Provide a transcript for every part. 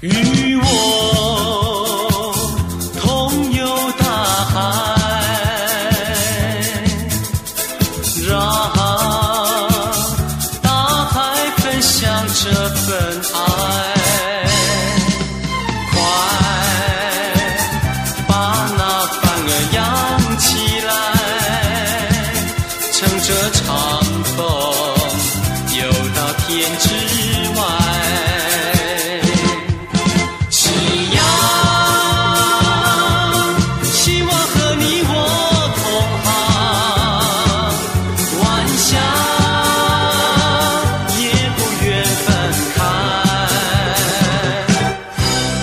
与我同游大海，让大海分享这份爱。快把那帆儿扬起来，乘着长风游到天之外。夕阳，希望和你我同行，晚霞也不愿分开。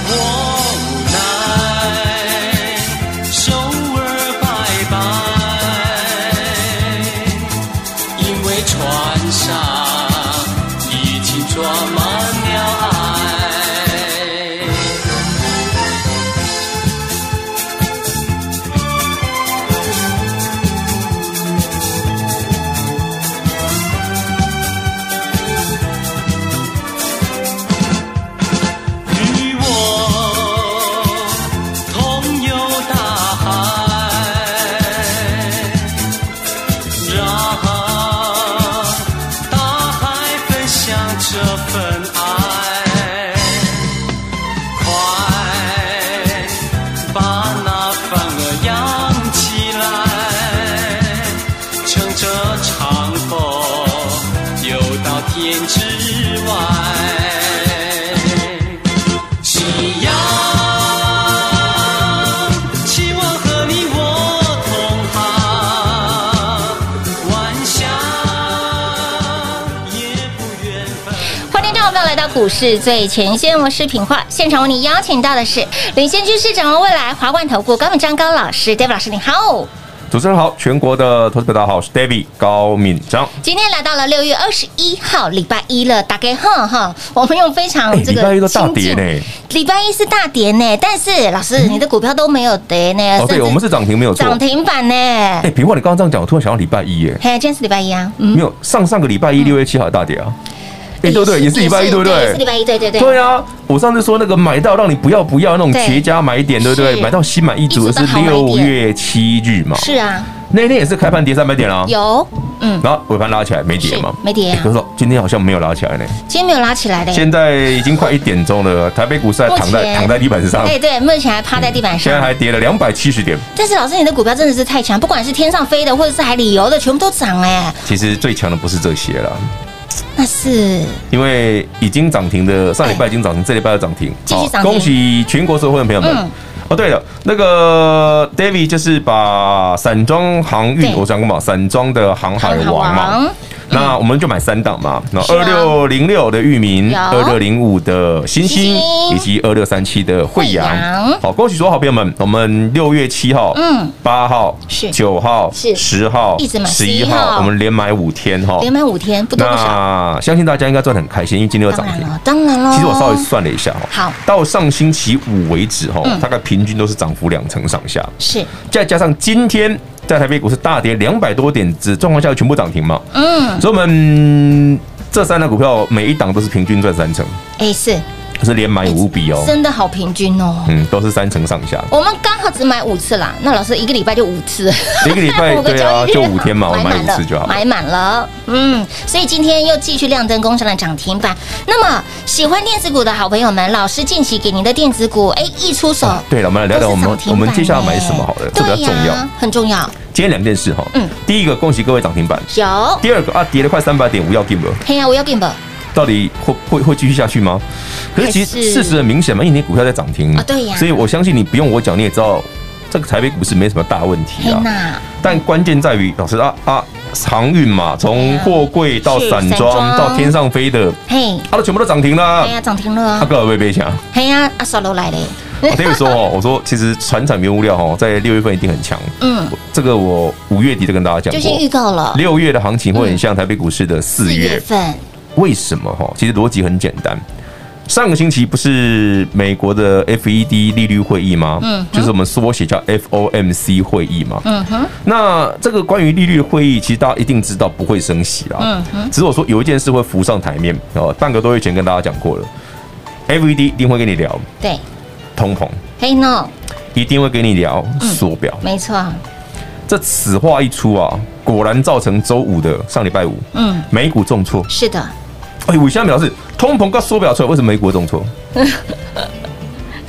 我无奈，手儿拜拜，因为船上已经装满了爱。与我同游大海，让大海分享这份爱。快把那帆儿扬起来，乘着长风游到天之外。夕阳，希望和你我同行，晚霞也不愿分开。欢迎听众朋友来到股市最前线，我是品化，现场为你邀请到的是领先趋势、掌握未来华冠投顾高敏章高老师，David 老师，你好。主持人好，全国的投资者大家好，我是 David 高敏章。今天来到了六月二十一号，礼拜一了，打给哈哈，我们用非常哎这个礼拜一都大跌呢亲近礼拜一是大跌呢，但是老师你的股票都没有跌呢，哦，呃甚对，至我们是涨停没有错。涨。停板呢，哎，平话，你刚刚这样讲，我突然想到礼拜一耶，嘿，今天是礼拜一啊，嗯没有上上个礼拜一六月七号大跌啊，哎，对不对？也是礼拜一，对不也是礼对？拜嗯一，对对对，对啊，我上次说那个买到让你不要不要那种对绝佳买点，对不对？是买到心满意足的一直是都好买六点月七日嘛，是啊，那天也是开盘跌三百点啦，有，嗯，然后尾盘拉起来没跌嘛是，没跌啊哎哎可是今天好像没有拉起来呢，今天没有拉起来的，现在已经快一点钟了，台北股市还目前躺在躺在地板上，哎对，目前还趴在地板现在上。还跌了两百七十点。但是老师，你的股票真的是太强，不管是天上飞的，或者是海里游的，全部都涨哎、其实最强的不是这些了，那是因为已经涨停的上礼拜已经涨停，这礼拜要涨停，继续涨停恭喜全国所有会员朋友们。嗯哦，对了，那个 David 就是把散装航运对，我讲过嘛，散装的航海王嘛，航海王嗯那我们就买三档嘛，那是啊二六零六的域名，有二六零五的星星星星，以及二六三七的惠惠阳阳。好，恭喜所有好朋友们，我们六月七号、嗯八号、是九号、是十号、一直买十11一号号，我们连买五天哈，连买五天，不多不少。那相信大家应该赚得很开心，因为今天有涨当然停。了，当然了。其实我稍微算了一下哦，好到上星期五为止哈嗯，大概平均都是涨幅两成上下，是，再加上今天在台北股市大跌两百多点子状况下全部涨停嘛，嗯，所以我们这三档股票每一档都是平均赚三成，哎、是，是连买五笔哦，哎真的好平均哦。嗯，都是三成上下。我们刚好只买五次啦，那老师一个礼拜就五次，一个礼 拜五个对交啊，易日就五天嘛，我买满五了次就好了。买满了，嗯，所以今天又继续亮灯攻上了涨停板。那么喜欢电子股的好朋友们，老师近期给您的电子股，哎、一出手，对了，我们来聊聊我们都是涨停板我们接啊下来耶买什么好了，这比较对重呀要。很重要。今天两件事哈嗯，第一个恭喜各位涨停板，有，第二个啊，跌了快三百点，不要 give 了。嘿呀，我要 game 吧，到底会会会继续下去吗？可是其还是实事实很明显嘛，因为你股票在涨停啊对呀所以我相信你不用我讲，你也知道这个台北股市没什么大问题嘿啊。娜，但关键在于，老师啊啊，航运嘛，从货柜到是散散装装到天上飞的，嘿，它都全部都涨停啦哎。呀，涨停了阿啊，哥会不会强？嘿呀，阿刷楼来嘞，我跟你说哦，我说其实船产原物料哦，在六月份一定很强。嗯，我这个我五月底就跟大家就讲先预过，告嗯了，六月的行情会很像台北股市的四月。份，为什么哈？其实逻辑很简单。上个星期不是美国的 FED 利率会议吗？嗯就是我们缩写叫 FOMC 会议嘛。嗯哼，那这个关于利率的会议，其实大家一定知道不会升息啦。嗯只是我说有一件事会浮上台面哦，半个多月前跟大家讲过了，FED 一定会跟你聊对，通膨，嘿 no，一定会跟你聊嗯缩表。没错，这此话一出啊，果然造成周五的上礼拜五嗯，美股重挫。是的，哎，我现在表示通膨跟缩表出来，为什么美股会重 挫？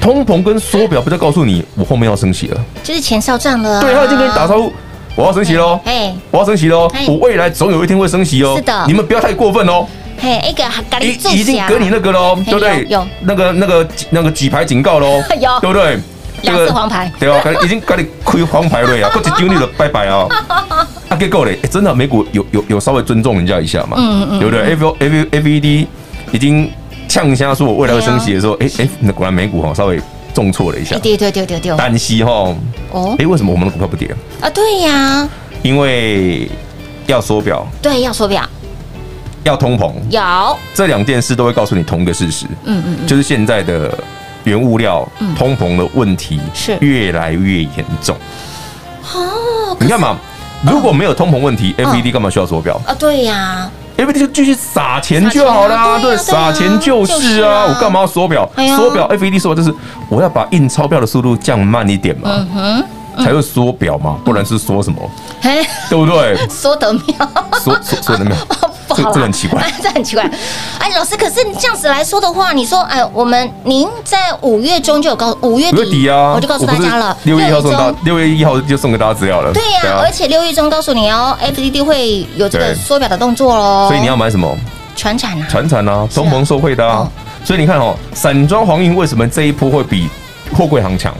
通膨跟缩表不就告诉你我后面要升息了？就是钱少赚了啊，对，他就跟你打招呼，我要升息喽。嘿，我要升息喽哎！我未来总有一天会升息哦。是的你们不要太过分哦，嘿，一个咖已喱做已经侠给你那个喽，哎对不对？有有，那个那个几那个几排警告喽 有对不对？两这次个黄牌， 对啊，给你已经给你开黄 牌了呀，过几丢你了，拜拜啊！啊，结果嘞，哎真的美股有有有稍微尊重人家一下嘛，嗯嗯嗯对不对？F O F F E D 已经呛一下说我未来会升息的时哦候，哎哎，那果然美股哈稍微重挫了一下哎，，对对对对对，单息哈，哦，哎，为什么我们的股票不跌？啊，对呀，因为要缩表，对，要手表要通膨，有，这两件事都会告诉你同一个事实，嗯嗯嗯，就是现在的原物料嗯通膨的问题是越来越严重。哦，你看嘛，如果没有通膨问题嗯，FED 干嘛需要缩表啊，对呀， ？FED 就继续撒钱就好啦，撒钱啊对啊对啊撒钱就就是是啊啊，我干嘛要缩表哎？呀缩表，FED 说就是我要把印钞票的速度降慢一点嘛嗯，哼，才会缩表嘛，不然是缩什么？嘿，对 不对？说得妙。缩缩缩的没有？ 不好这啦这很奇怪，这很奇怪。哎，老师，可是你这样子来说的话，你说，哎，我们您在五月中就有告五月五底，月底啊，我就告诉大家了，六月一号送大啊中，，六月一号就送给大家资料了。对啊呀、而且六月中告诉你哦，FDD 会有这个对缩表的动作喽，所以你要买什么？传产啊，船产啊，哦啊通膨受惠的啊哦。所以你看哦，散装航运为什么这一波会比货柜行强？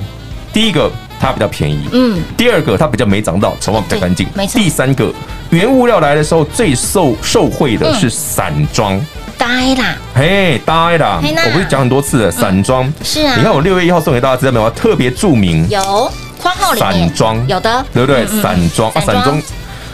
第一个，它比较便宜。嗯，第二个，它比较没涨到，筹码比较干净对没。错第三个，原物料来的时候最受受惠嗯的是散装。呆啦，嘿，大啦，嘿呐我不是讲很多次了，散装。是啊你看我六月一号送给大家资料没有？特别注明，有括号里面散装有的，对不对？散装啊，散装。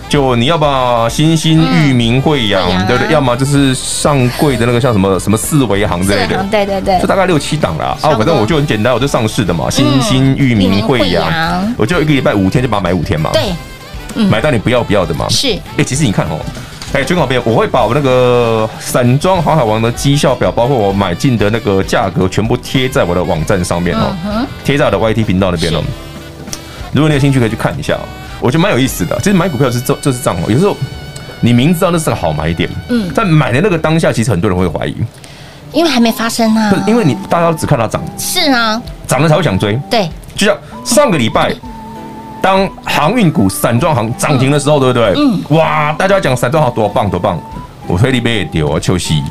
就你要把新兴、域名、贵贵阳啊阳，对不对？要么就是上柜的那个像什么什么四维行之类对的，啊对对对就，大概六七档啦。差啊，不多反正我就很简单，我就上市的嘛，新兴、域名、惠贵阳嗯阳，我就一个礼拜五天就把它买五天嘛，对，买到你不要不要的嘛。是哎，其实你看哦，哎，君好朋友，我会把我那个散装航海王的绩效表，包括我买进的那个价格，全部贴在我的网站上面哦嗯哼，贴在我的 YT 频道那边哦是。如果你有兴趣，可以去看一下、哦，我觉得蛮有意思的。其实买股票是这就是这样哦，有时候。你明知道那是个好买点，嗯但买的那个当下，其实很多人会怀疑，因为还没发生啊不是，因为你大家都只看它涨，是啊，涨了才会想追。对，就像上个礼拜，当航运股、散装行涨停的时候，对不对？嗯哇，大家讲散装行多棒多棒，我推里边也丢啊，秋夕，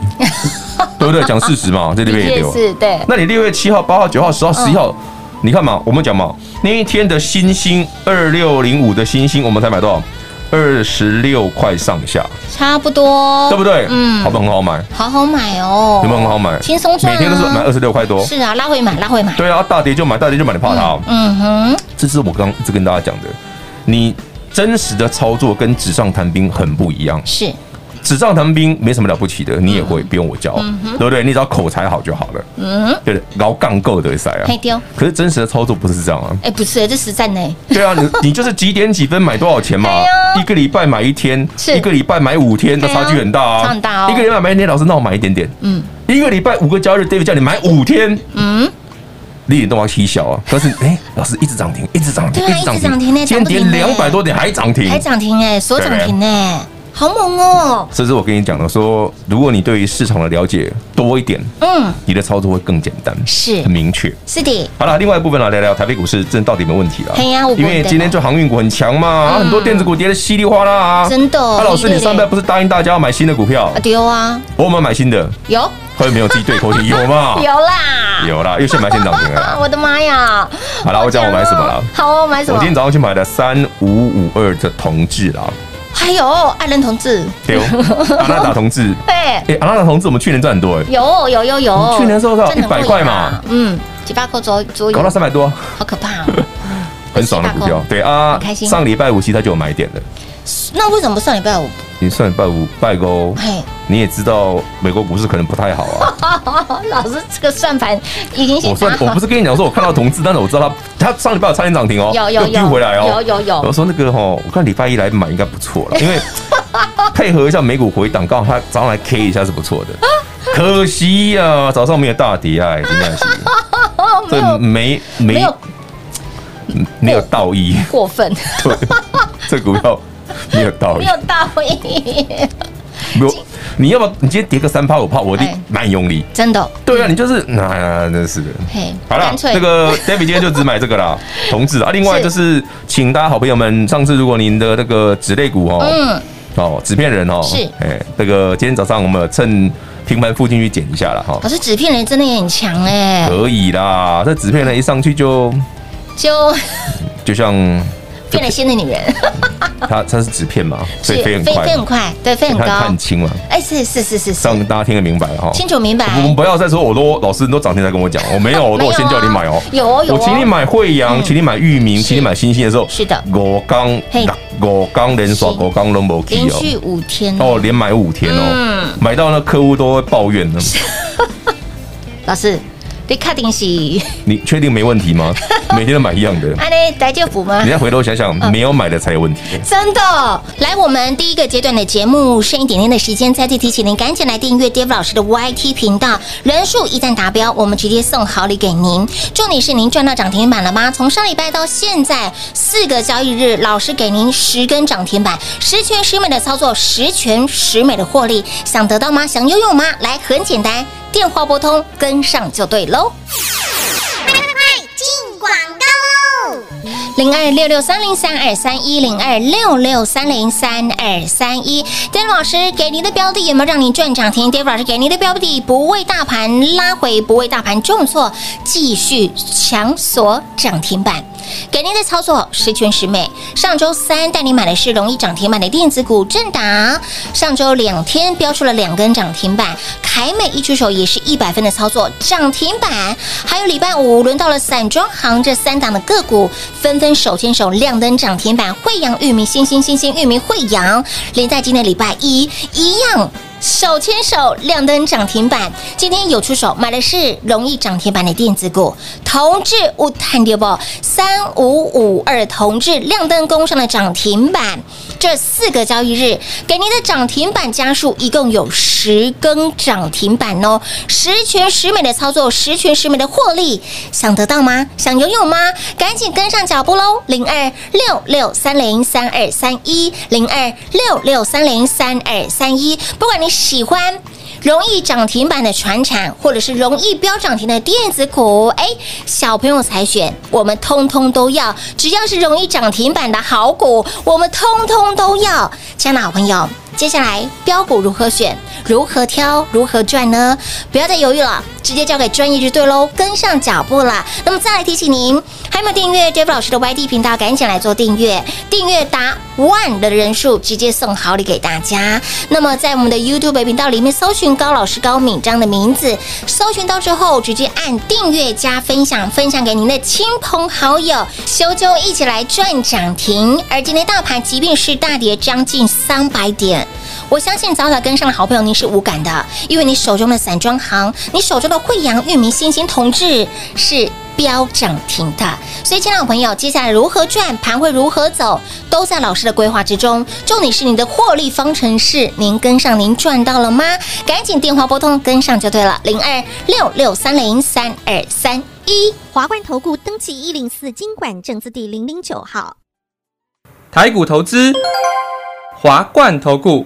对不对？讲事实嘛，这里边也也丢。是对，那你六月七号、八号、九号、十号、十一号，你看嘛，我们讲嘛，那一天的新星二六零五的新星，我们才买多少？二十六块上下，差不多，对不对？哦嗯好不好很好买？好好买哦，有没有很好买？轻松赚、每啊，天都是买二十六块多。是啊，拉回买，拉回买。哦对啊，大跌就买，大跌就买，你怕它哦？嗯哼，这是我刚一直跟大家讲的，你真实的操作跟纸上谈兵很不一样。是纸上谈兵没什么了不起的，你也会，不用我教，对不对？你只要口才好就好了，嗯，对不对？然后杠够的塞啊黑。丢。可是真实的操作不是这样啊，哎，不是，这实战呢，对啊，你你就是几点几分买多少钱嘛哎，呦一个礼拜买一天，是一个礼拜买五天，那哎呦差距很大啊，差很大哦一个礼拜买一天，老师那我买一点点，嗯一个礼拜五个交易日，David 叫你买五天，嗯，你也都要起小啊，但是 哎，老师一直涨停，一直涨停，对啊一直涨停呢今天跌涨不停呢两百多点还涨停，还涨停哎，所涨停哎，好猛哦，这是我跟你讲的，说如果你对于市场的了解多一点，嗯，你的操作会更简单，是很明确。是的，好了，另外一部分呢，聊聊台北股市这到底有没有问题了？嘿呀我不因为懂今天就航运股很强嘛，啊很多电子股跌得稀里哗啦啊。嗯真的啊，老师，对你上半不是答应大家要买新的股票啊，，丢啊，我有没有买新的？有会没有自己对口型？有吗？ 有啊啦，有啦，又先买现涨停 啊，了。我的妈呀！好啦，我讲我买什么了。好哦，我买什我么今？天早上去买的三五五二的同志啦，还有艾伦同志，对哦，阿拉达同志，对，哎，阿拉达同志我们去年赚很多哎，有有有有，去年的时候多少赚得很100贵啊块嘛，嗯，几百块左左搞到右，三百多，好可怕哦。很爽的股几百票块。对啊很开，心上礼拜五其实他就有买点的，那为什么上礼拜五？你上礼拜五拜勾，嘿， 你也知道美国股市可能不太好啊。老师这个算盘已经先 我算打我好不，是跟你讲说我看到同志，但是我知道他他上礼拜有差点涨停哦，有有又有丢回来哦，有有有我说那个哈，我看礼拜一来买应该不错 了，因为配合一下美股回档，刚好他早上来 K 一下是不错的。可惜呀、啊，早上没有大跌哎，真的是哦没这有没没没有没有道义，过分，对， 这股票 没有道没义，有道义，没有。你要不要你今天跌个三趴五趴，我一哎定蛮用力。真的，对啊，你就是那真是的。嘿，好了干，脆这个 David 今天就只买这 个啦，同志啊。另外就是，请大家好朋友们，上次如果您的那个纸类股哦，嗯，哦，纸片人哦，是哎，这个今天早上我们趁平盘附近去捡一下了哈老，师纸片人真的也很强哎，可以啦。这纸片人一上去就就就像啊变了新的女人， 它它是纸片嘛，所以是飞很快飞很嘛，快，对，飞很看高看，清嘛，哎，是是是是这样是，大家听得明白了哈。清楚明白，我们不要再说我都老师你都涨停才跟我讲，我没有，我都没有我啊先叫你买哦。有哦有哦我请你买惠阳，嗯请你买域名，是请你买星星的时候，是的我刚嘿我刚连耍是我刚都没 k 连哦，续嗯五天哦，连买五天哦，买到那客户都会抱怨呢。老师，你确定是，你确定没问题吗？每天都买一样的安尼来就补吗你？再回头想想，嗯没有买的才有问题。真的，来，我们第一个阶段的节目剩一点点的时间，再次提醒您赶紧来订阅 Dave 老师的 YT 频道，人数一旦达标，我们直接送好礼给您。重点是您赚到涨停板了吗？从上礼拜到现在四个交易日，老师给您十根涨停板，十全十美的操作，十全十美的获利，想得到吗？想拥有吗？来，很简单，电话拨通，跟上就对喽。零二六六三零三二三一零二六六三零三二三一。d a v 老师给您的标的有没有让您赚涨停 d a v 老师给您的标的不为大盘拉回，不为大盘重挫，继续强锁涨停板。给您的操作十全十美。上周三带你买的是容易涨停板的电子股正达，上周两天标出了两根涨停板，凯美一出手也是一百分的操作涨停板。还有礼拜五轮到了散装行这三档的个股，纷纷手牵手亮灯涨停板，惠阳、域名、星星、星星、域名、惠阳，连在今天礼拜一一样。手牵手亮灯涨停板，今天有出手买的是容易涨停板的电子股，同志勿探跌不三五五二同志亮灯攻上了涨停板，这四个交易日给您的涨停板家数一共有十根涨停板哦，十全十美的操作，十全十美的获利，想得到吗？想拥有吗？赶紧跟上脚步喽！零二六六三零三二三一零二六六三零三二三一，不管你喜欢。容易涨停板的船产，或者是容易飙涨停的电子股，哎，小朋友才选，我们通通都要。只要是容易涨停板的好股，我们通通都要。亲爱的好朋友，接下来标股如何选，如何挑，如何赚呢？不要再犹豫了，直接交给专业就对喽，跟上脚步了。那么再来提醒您，还没有订阅 Jeff 老师的 YT 频道，赶紧来做订阅，订阅达万的人数，直接送好礼给大家。那么在我们的 YouTube 频道里面搜寻高老师高敏章的名字，搜寻到之后直接按订阅加分享，分享给您的亲朋好友，修就一起来赚涨停。而今天大盘即便是大跌将近三百点。我相信早早跟上的好朋友，您是无感的，因为你手中的散装行，你手中的惠阳、域名、星星同志是飙涨停的。所以，亲爱的朋友，接下来如何赚，盘会如何走，都在老师的规划之中。重点是你的获利方程式，您跟上，您赚到了吗？赶紧电话拨通，跟上就对了，零二六六三零三二三一。华冠投顾登记一零四经管证字第零零九号。台股投资，华冠投顾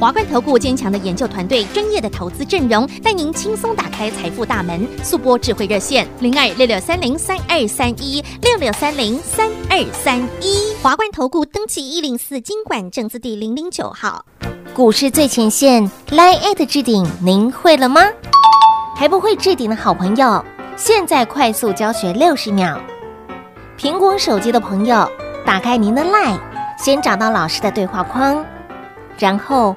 华冠投顾坚强的研究团队，专业的投资阵容，带您轻松打开财富大门。速播智慧热线零二六六三零三二三一六六三零三二三一。华冠投顾登记一零四经管证字第零零九号。股市最前线 Line at 置顶，您会了吗？还不会置顶的好朋友，现在快速教学六十秒。苹果手机的朋友，打开您的 Line，先找到老师的对话框，然后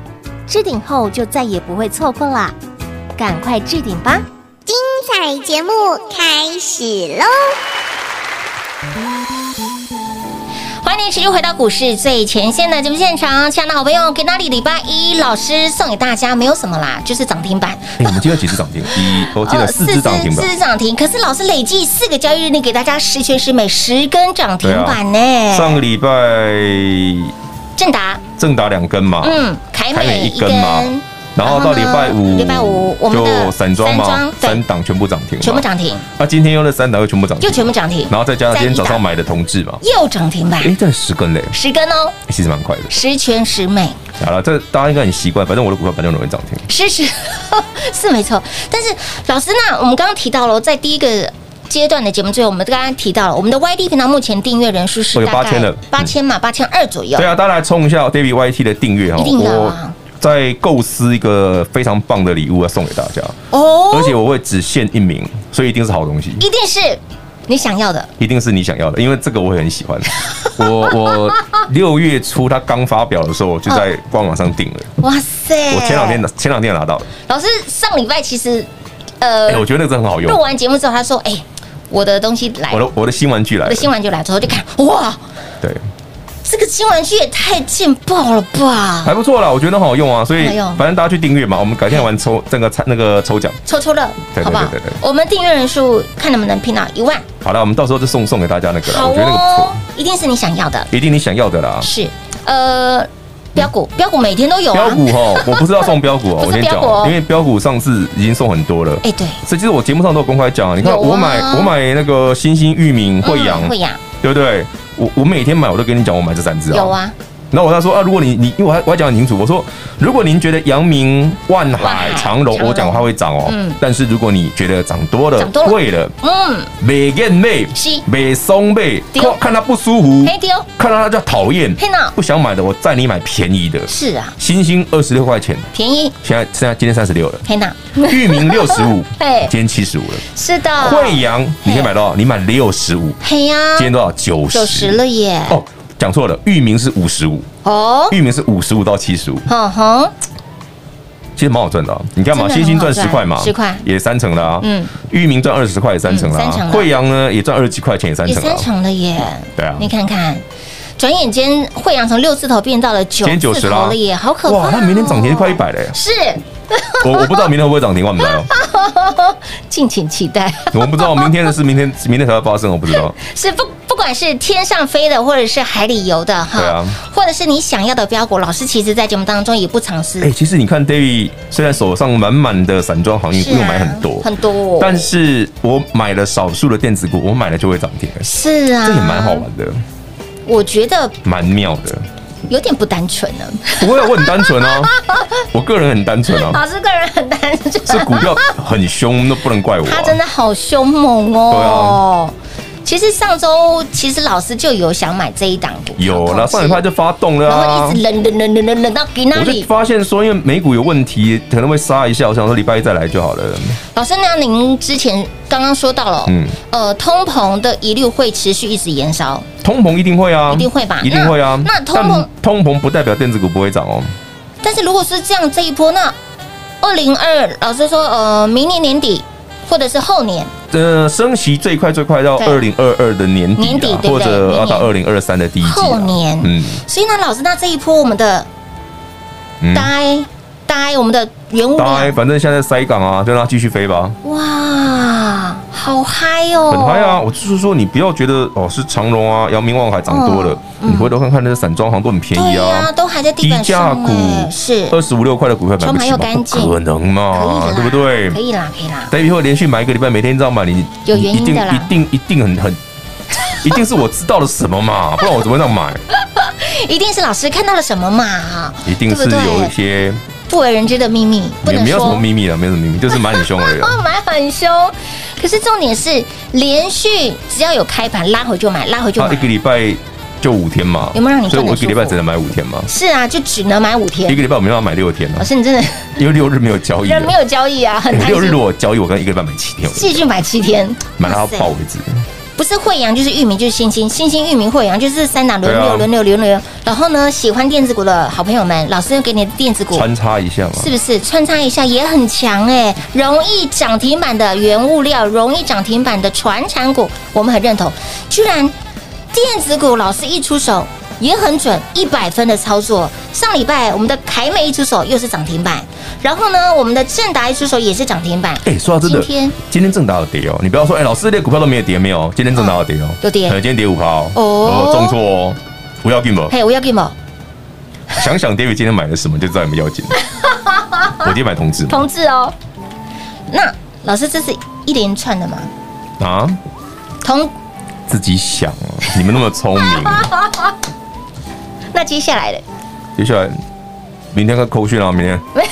置顶后就再也不会错过啦，赶快置顶吧！彩节目开始喽！欢迎持续回到股市最前线的节目现场，亲爱的好朋友，给那里礼拜一老师送给大家没有什么啦，就是涨停板。呃哎，我们今天有几只涨停？ 一，我记得四只涨停吧哦四。只涨停。可是老师累计四个交易日内给大家十全十美十根涨停板呢、啊上个礼拜正达，正打两根嘛，嗯，凯凯美美一一根根，嘛，然后到礼拜五，礼拜五我们的就散装散装嘛，对三档全部涨停，全部。涨停，那今天用的三档又全部涨停，又全部涨停，然后再加上今天再早一上档买的同志嘛，又涨停板，哎，这十根嘞，十根哦，其实蛮快的。十全十美，好了，这大家应该很习惯，反正我的股票反正容易涨停。十十是没错。但是老师，那我们刚刚提到了，在第一个。阶段的节目最后，我们刚刚提到了我们的 YD 频道目前订阅人数是哦有大概8000了八千嘛，八千二左右对。啊，大家来冲一下 David YT 的订阅哈，一定的啊在构思一个非常棒的礼物要送给大家，哦而且我会只限一名，所以一定是好东西，一定是你想要的，一定是你想要的，因为这个我很 喜欢。我我六月初它刚发表的时候，我就在官网上订了，哇塞！我前两天拿前两天拿到了，老师上礼拜其实呃哎，我觉得那个真的很好用录，完节目之后，他说：“哎、我的东西来我了，的我的新玩具来我的，了新玩具来了。”之后就看，哇，对，这个新玩具也太劲爆了吧！还不错啦，我觉得很好用啊，所以好用反正大家去订 阅嘛，我们改天玩抽那个参那个抽奖。抽抽乐，对对好不好对对对？我们订阅人数看能不能拼到一万，好了，我们到时候就送送给大家那个啦，好我觉得那个不哦错，，一定是你想要的，一定你想要的啦。是呃，标股标股每天都有标啊，股哈，我不是要送标股 哦，不我是先标讲股哦，因为标股上次已经送很多了。哎、对，所以其实我节目上都有公开讲啊，你看有啊我买我买那个星星、域名、惠阳嗯，惠阳对不对？我我每天买我都跟你讲，我买这三只啊。有。啊，然后我他说啊，如果你你因为我还我还讲得很清楚，我说如果您觉得阳明、万万海海、长荣长，荣我讲它会涨哦嗯，但是如果你觉得涨多了涨多了、贵了，嗯，美燕妹是、美松妹，对看看它不舒服，黑丢看到它就讨厌嘿呐，不想买的我带你买便宜的。是啊，星星二十六块钱，便宜现在现在今天三十六了， 黑娜，域名六十 五，哎今天七十五了。是的，惠阳你可以买到，你买六十五，黑呀、今天多少？九十。啊九十了耶，哦，讲错了，域名是五十五，哦，域名是五十五到七十五，哼哼，其实蛮好赚的啊。你看嘛，真的很星星赚好赚十块嘛， 10块也三成啦。嗯嗯，域名赚二十块也三成嗯三成啦。啦惠阳呢也赚二十几块钱也三也成啦啊三。成了耶。对啊你看看，转眼间惠阳从六字头变到了九今天九字十头啦了耶，好可怕、哦啊哇，那明天涨停快一。百嘞！是， 我我不知道明天会不会涨停，我不知道，敬请期待。我不知道明天的事，明天明天才会发生，我不知道。是不不管是天上飞的，或者是海里游的哈，对啊或者是你想要的标股，老师其实在节目当中也不尝试，哎、其实你看，David 虽然手上满满的散装航运是股，啊又买很多，很多，但是我买了少数的电子股，我买了就会涨停，是啊，这也蛮好。玩的，我觉得蛮妙的。有点不单纯呢、不会啊，我很单纯啊，我个人很单纯啊，老师个人很单纯，这股票很凶，那不能怪我、啊。他真的好凶猛哦。其实上周其实老师就有想买这一档股票，有可了，是上礼拜就发动了然后啊一直。冷冷冷冷冷冷到给那我就里。发现说，因为美股有问题，可能会杀一下，我想说礼拜一再来就好了。老师，那您之前刚刚说到了，嗯呃，通膨的疑虑会持续一直延烧，通膨一定会啊，一定会吧一定会啊。那那通膨但通膨不代表电子股不会涨哦。但是如果是这样这一波，那二零二老师说，呃，明年年底或者是后年，呃，升息最快最快到对二零二二的年底年底啦，对不或对者啊要到明二零二三的第一季啦。后年嗯所以呢，老师，那这一波我们的嗯，呆呆，我们的原物当然，料，反正现在塞港啊，就让它继续飞吧，哇，好嗨哦，很嗨啊！！我就是说，你不要觉得哦，是长荣啊、阳明、万海涨多了，你回头看看那些散装行都很便嗯对宜呀、啊，都还在地低板价上股哎，是二十五六块的股票买筹不码起又吗？干不净可能嘛可以啦，对可不对以啦，可以啦， ？David 会连续买一个礼拜，每天这样买，你有你原因一定的啦一定一定很 很，一定是我知道了什么嘛，不然我怎么会这样买？一定是老师看到了什么嘛？一定对是不对有一些。不为人知的秘密，不也能没有什说么。秘密了，没有什么秘密，就是买你凶而已 啦。哦，买很凶，可是重点是连续只要有开盘拉回就买，拉回就啊他一买。个礼拜就五天嘛，有没有让你所以赚得我一个礼拜舒服只能买五天嘛，是啊，就只能买五一天。个礼拜我没办法买六天了老，师，你真的因为六日没有交易了哦人没。有交易啊，很因为贪 六日心如。果交易，我跟一个礼拜买七天，我继续买七天，买到哇塞它爆为止。不是惠阳就是域名，就是星星，星星域名惠阳就是三档轮对流啊轮流轮流。然后呢，喜欢电子股的好朋友们，老师又给你的电子股穿插一下嘛是。不是穿插一下也很强哎、容易涨停板的原物料，容易涨停板的传产股，我们很认同。居然电子股老师一出手也很准，一百分的操作。上礼拜我们的凯美一出手又是涨停板，然后呢，我们的正达一出手也是涨停板。哎，说到真的今天，今天正达有跌哦，你不要说，哎，老师那股票都没有跌，没有，今天正达有跌哦，有跌呃今天跌五趴哦，哦重挫哦，不要 紧吧，嘿，我要给某想想 David 今天买了什么，就知道有没有 要紧。我今天买同志嘛同志哦。那老师，这是一连串的吗？啊，同 自己想哦，你们那么聪明。那接下来的接下来明天看扣讯啊，明天没有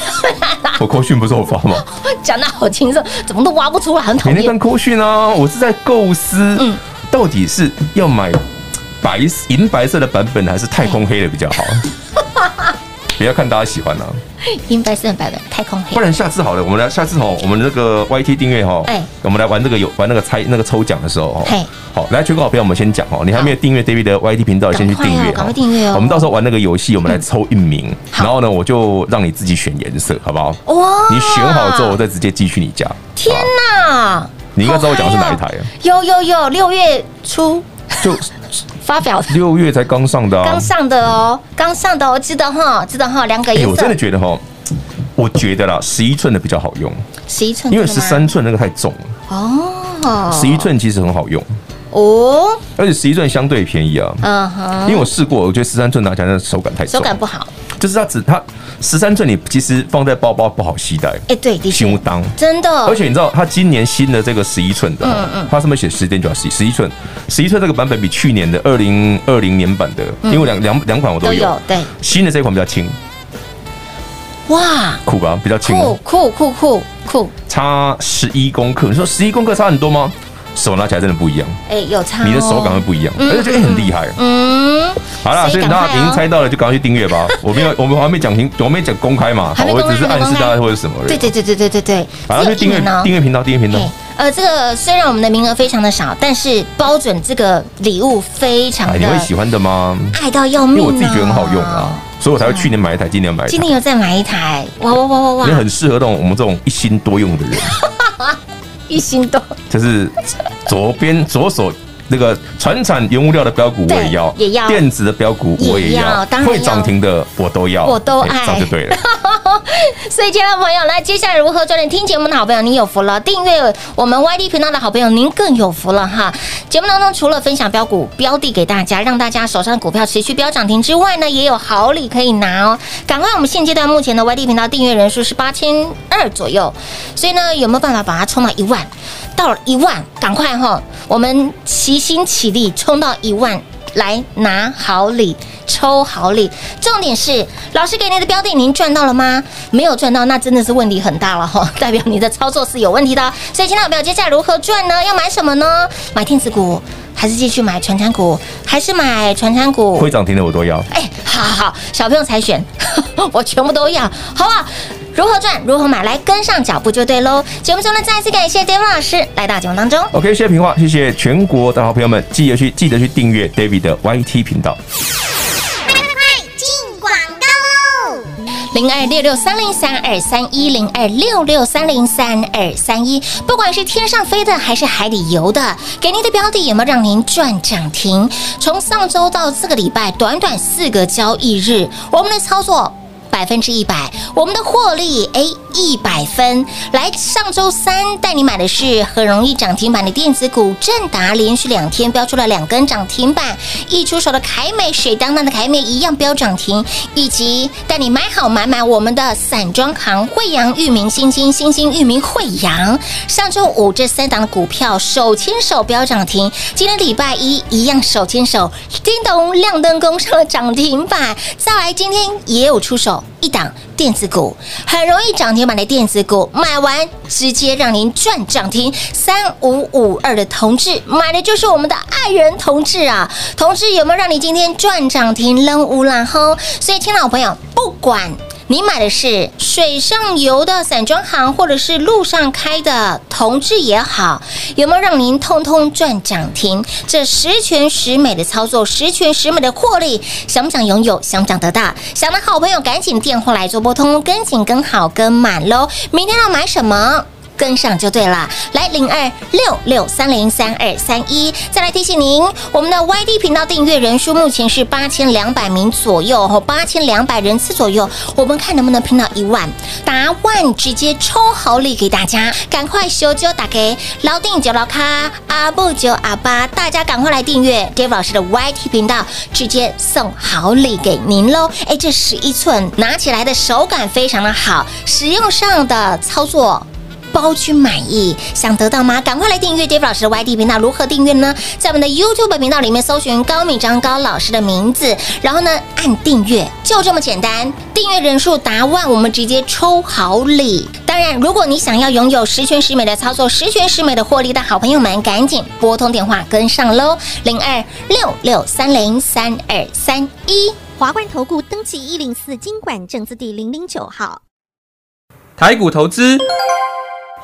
啦，我扣讯不是我发 吗？讲的好轻松，怎么都挖不出来，很讨明天厌。看扣讯啊，我是在构思，嗯到底是要买白银白色的版本，还是太空黑的比 较好？也要看大家喜欢啊，银白色版本太空黑不。然下次好了，我们来下次哦，我们那个 YT 订阅哈哎，我们来玩这个有玩那个猜那个抽奖的时候哦嘿，好，来全国好朋友，我们先讲哦，你还没有订阅 David 的 YT 频道，先去赶快订阅哦赶快订阅哦嗯我们到时候玩那个游戏，我们来抽一名，好然后呢，我就让你自己选颜色，好不好？哇你选好之后，我再直接寄去你家。天好哪！你应该知道我讲的是哪一台好嗨哦有有有，六月初吧就发表的， 六月才刚上的、啊。刚上的哦，刚上的哦，记得哈，记得哈，两个哎、颜我色真的，觉得哈，我觉得啦，十一寸的比较好用，十一寸，因为真的十吗三寸那个太重了，哦，十一寸其实很好用，哦，而且十一寸相对便宜啊。嗯因为哼，我试过，我觉得十三寸拿起来那手感太重，手感不好，就是它只它十三寸你其实放在包包不好携带，哎，对，的胸确，当。真的，而且你知道，它今年新的这个十一寸的，啊嗯它上面写十点九十十一寸，十一寸这个版本比去年的二零二零年版的，因为两两两款我嗯都都有有，，对，新的这款比较轻，哇，酷吧，比较轻，酷酷酷酷酷，差十一公克。你说十一公克差很多吗？手拿起来真的不一样，哎，有差，你的手感会，不一样，嗯而且觉得很厉害。嗯，好啦，所谁以赶大快家已经哦猜到了，就赶快去订 阅吧。我没有，我们还没讲清，我没讲公开嘛，还没我公开只是暗示大家会是什么而已。对对对对对对对，好，只那有去订一阅年哦订阅频道，订阅频道嘿。呃，这个虽然我们的名额非常的少，但是包准这个礼物非常哎，的你会喜欢的吗？爱到要因命、啊为我自己觉得很好用啊，。所以我才会去年买一台，今年买一台嗯今。天有再买一台，哇哇哇哇也哇，很适合那种我们这种一心多用的人， 一心动，就是左边左手那个船产原物料的标股我也要，对也要电子的标股我也也要要当，然会涨停的我都要，我都哎爱这样就 对了。所以，亲爱的朋友，那接下来如何赚点听节目的好朋友，你有福了；订阅我们 YD 频道的好朋友，您更有福了哈。节目当中，除了分享标股标的给大家，让大家手上的股票持续飙涨停之外呢，也有好礼可以拿哦。赶快，我们现阶段目前的 YD 频道订阅人数是八千二左右，所以呢，有没有办法把它冲到一万？到了一万，赶快哈，我们齐心齐力冲到一万。来拿好礼，抽好礼。重点是，老师给您的标的，您赚到了吗？没有赚到，那真的是问题很大了哈， 代表你的操作是有问题的哦。所以，亲爱的朋友，接下来如何赚呢？要买什么呢？买电子股。还是继续买传产股，还是买传产股会？涨停的我都要。哎，好好好，小朋友才选， 我全部都要，好不好？如何赚，如何买，来跟上脚步就对喽。节目中呢，再次感谢 David 老师来到节目当中。 OK，谢谢平话，谢谢全国的好朋友们，记得去记得去订阅 David 的 YT 频道。进广告喽！零二六六三零三二三一零二六六三零三二三一。不管是天上飞的还是海里游的，给您的标的有没有让您赚涨停？从上周到这个礼拜，短短四个交易日，我们的操作。百分之一百，我们的获利哎一百分。来，上周三带你买的是很容易涨停板的电子股正达，连续两天标出了两根涨停板。一出手的凯美，水当当的凯美一样标涨停，以及带你买好买满我们的散装行惠阳、裕民、新兴、新兴、裕民、惠阳。上周五这三档的股票手牵手标涨停，今天礼拜一一样手牵手，叮咚亮灯攻上了涨停板。再来，今天也有出手一档电子股，很容易涨停板的电子股，买完直接让您赚涨停。三五五二的同志买的就是我们的爱人同志啊，同志有没有让你今天赚涨停扔乌啦吼？所以，亲老朋友，不管。你买的是水上游的散装行，或者是路上开的同志也好，有没有让您通通赚涨停？这十全十美的操作，十全十美的获利，想不想拥有？想不想得到？想的好朋友赶紧电话来做拨通，跟紧、跟好、跟满喽！明天要买什么？跟上就对了。来零二六六三零三二三一，再来提醒您，我们的 YD 频道订阅人数目前是八千两百名左右，哦，八千两百人次左右，我们看能不能拼到一万，达万直接抽好礼给大家，赶快修就打给老定九老咖阿布九阿巴，大家赶快来订阅 Dave 老师的 YT 频道，直接送好礼给您喽！哎，这十一寸拿起来的手感非常的好，使用上的操作。包君满意，想得到吗？赶快来订阅 Dave 老师的 YT 频道。如何订阅呢？在我们的 YouTube 频道里面搜寻高敏章高老师的名字，然后呢按订阅，就这么简单。订阅人数达万，我们直接抽好礼。当然，如果你想要拥有十全十美的操作、十全十美的获利的好朋友们，赶紧拨通电话跟上喽，零二六六三零三二三一。华冠投顾登记一零四经管证字第零零九号。台股投资，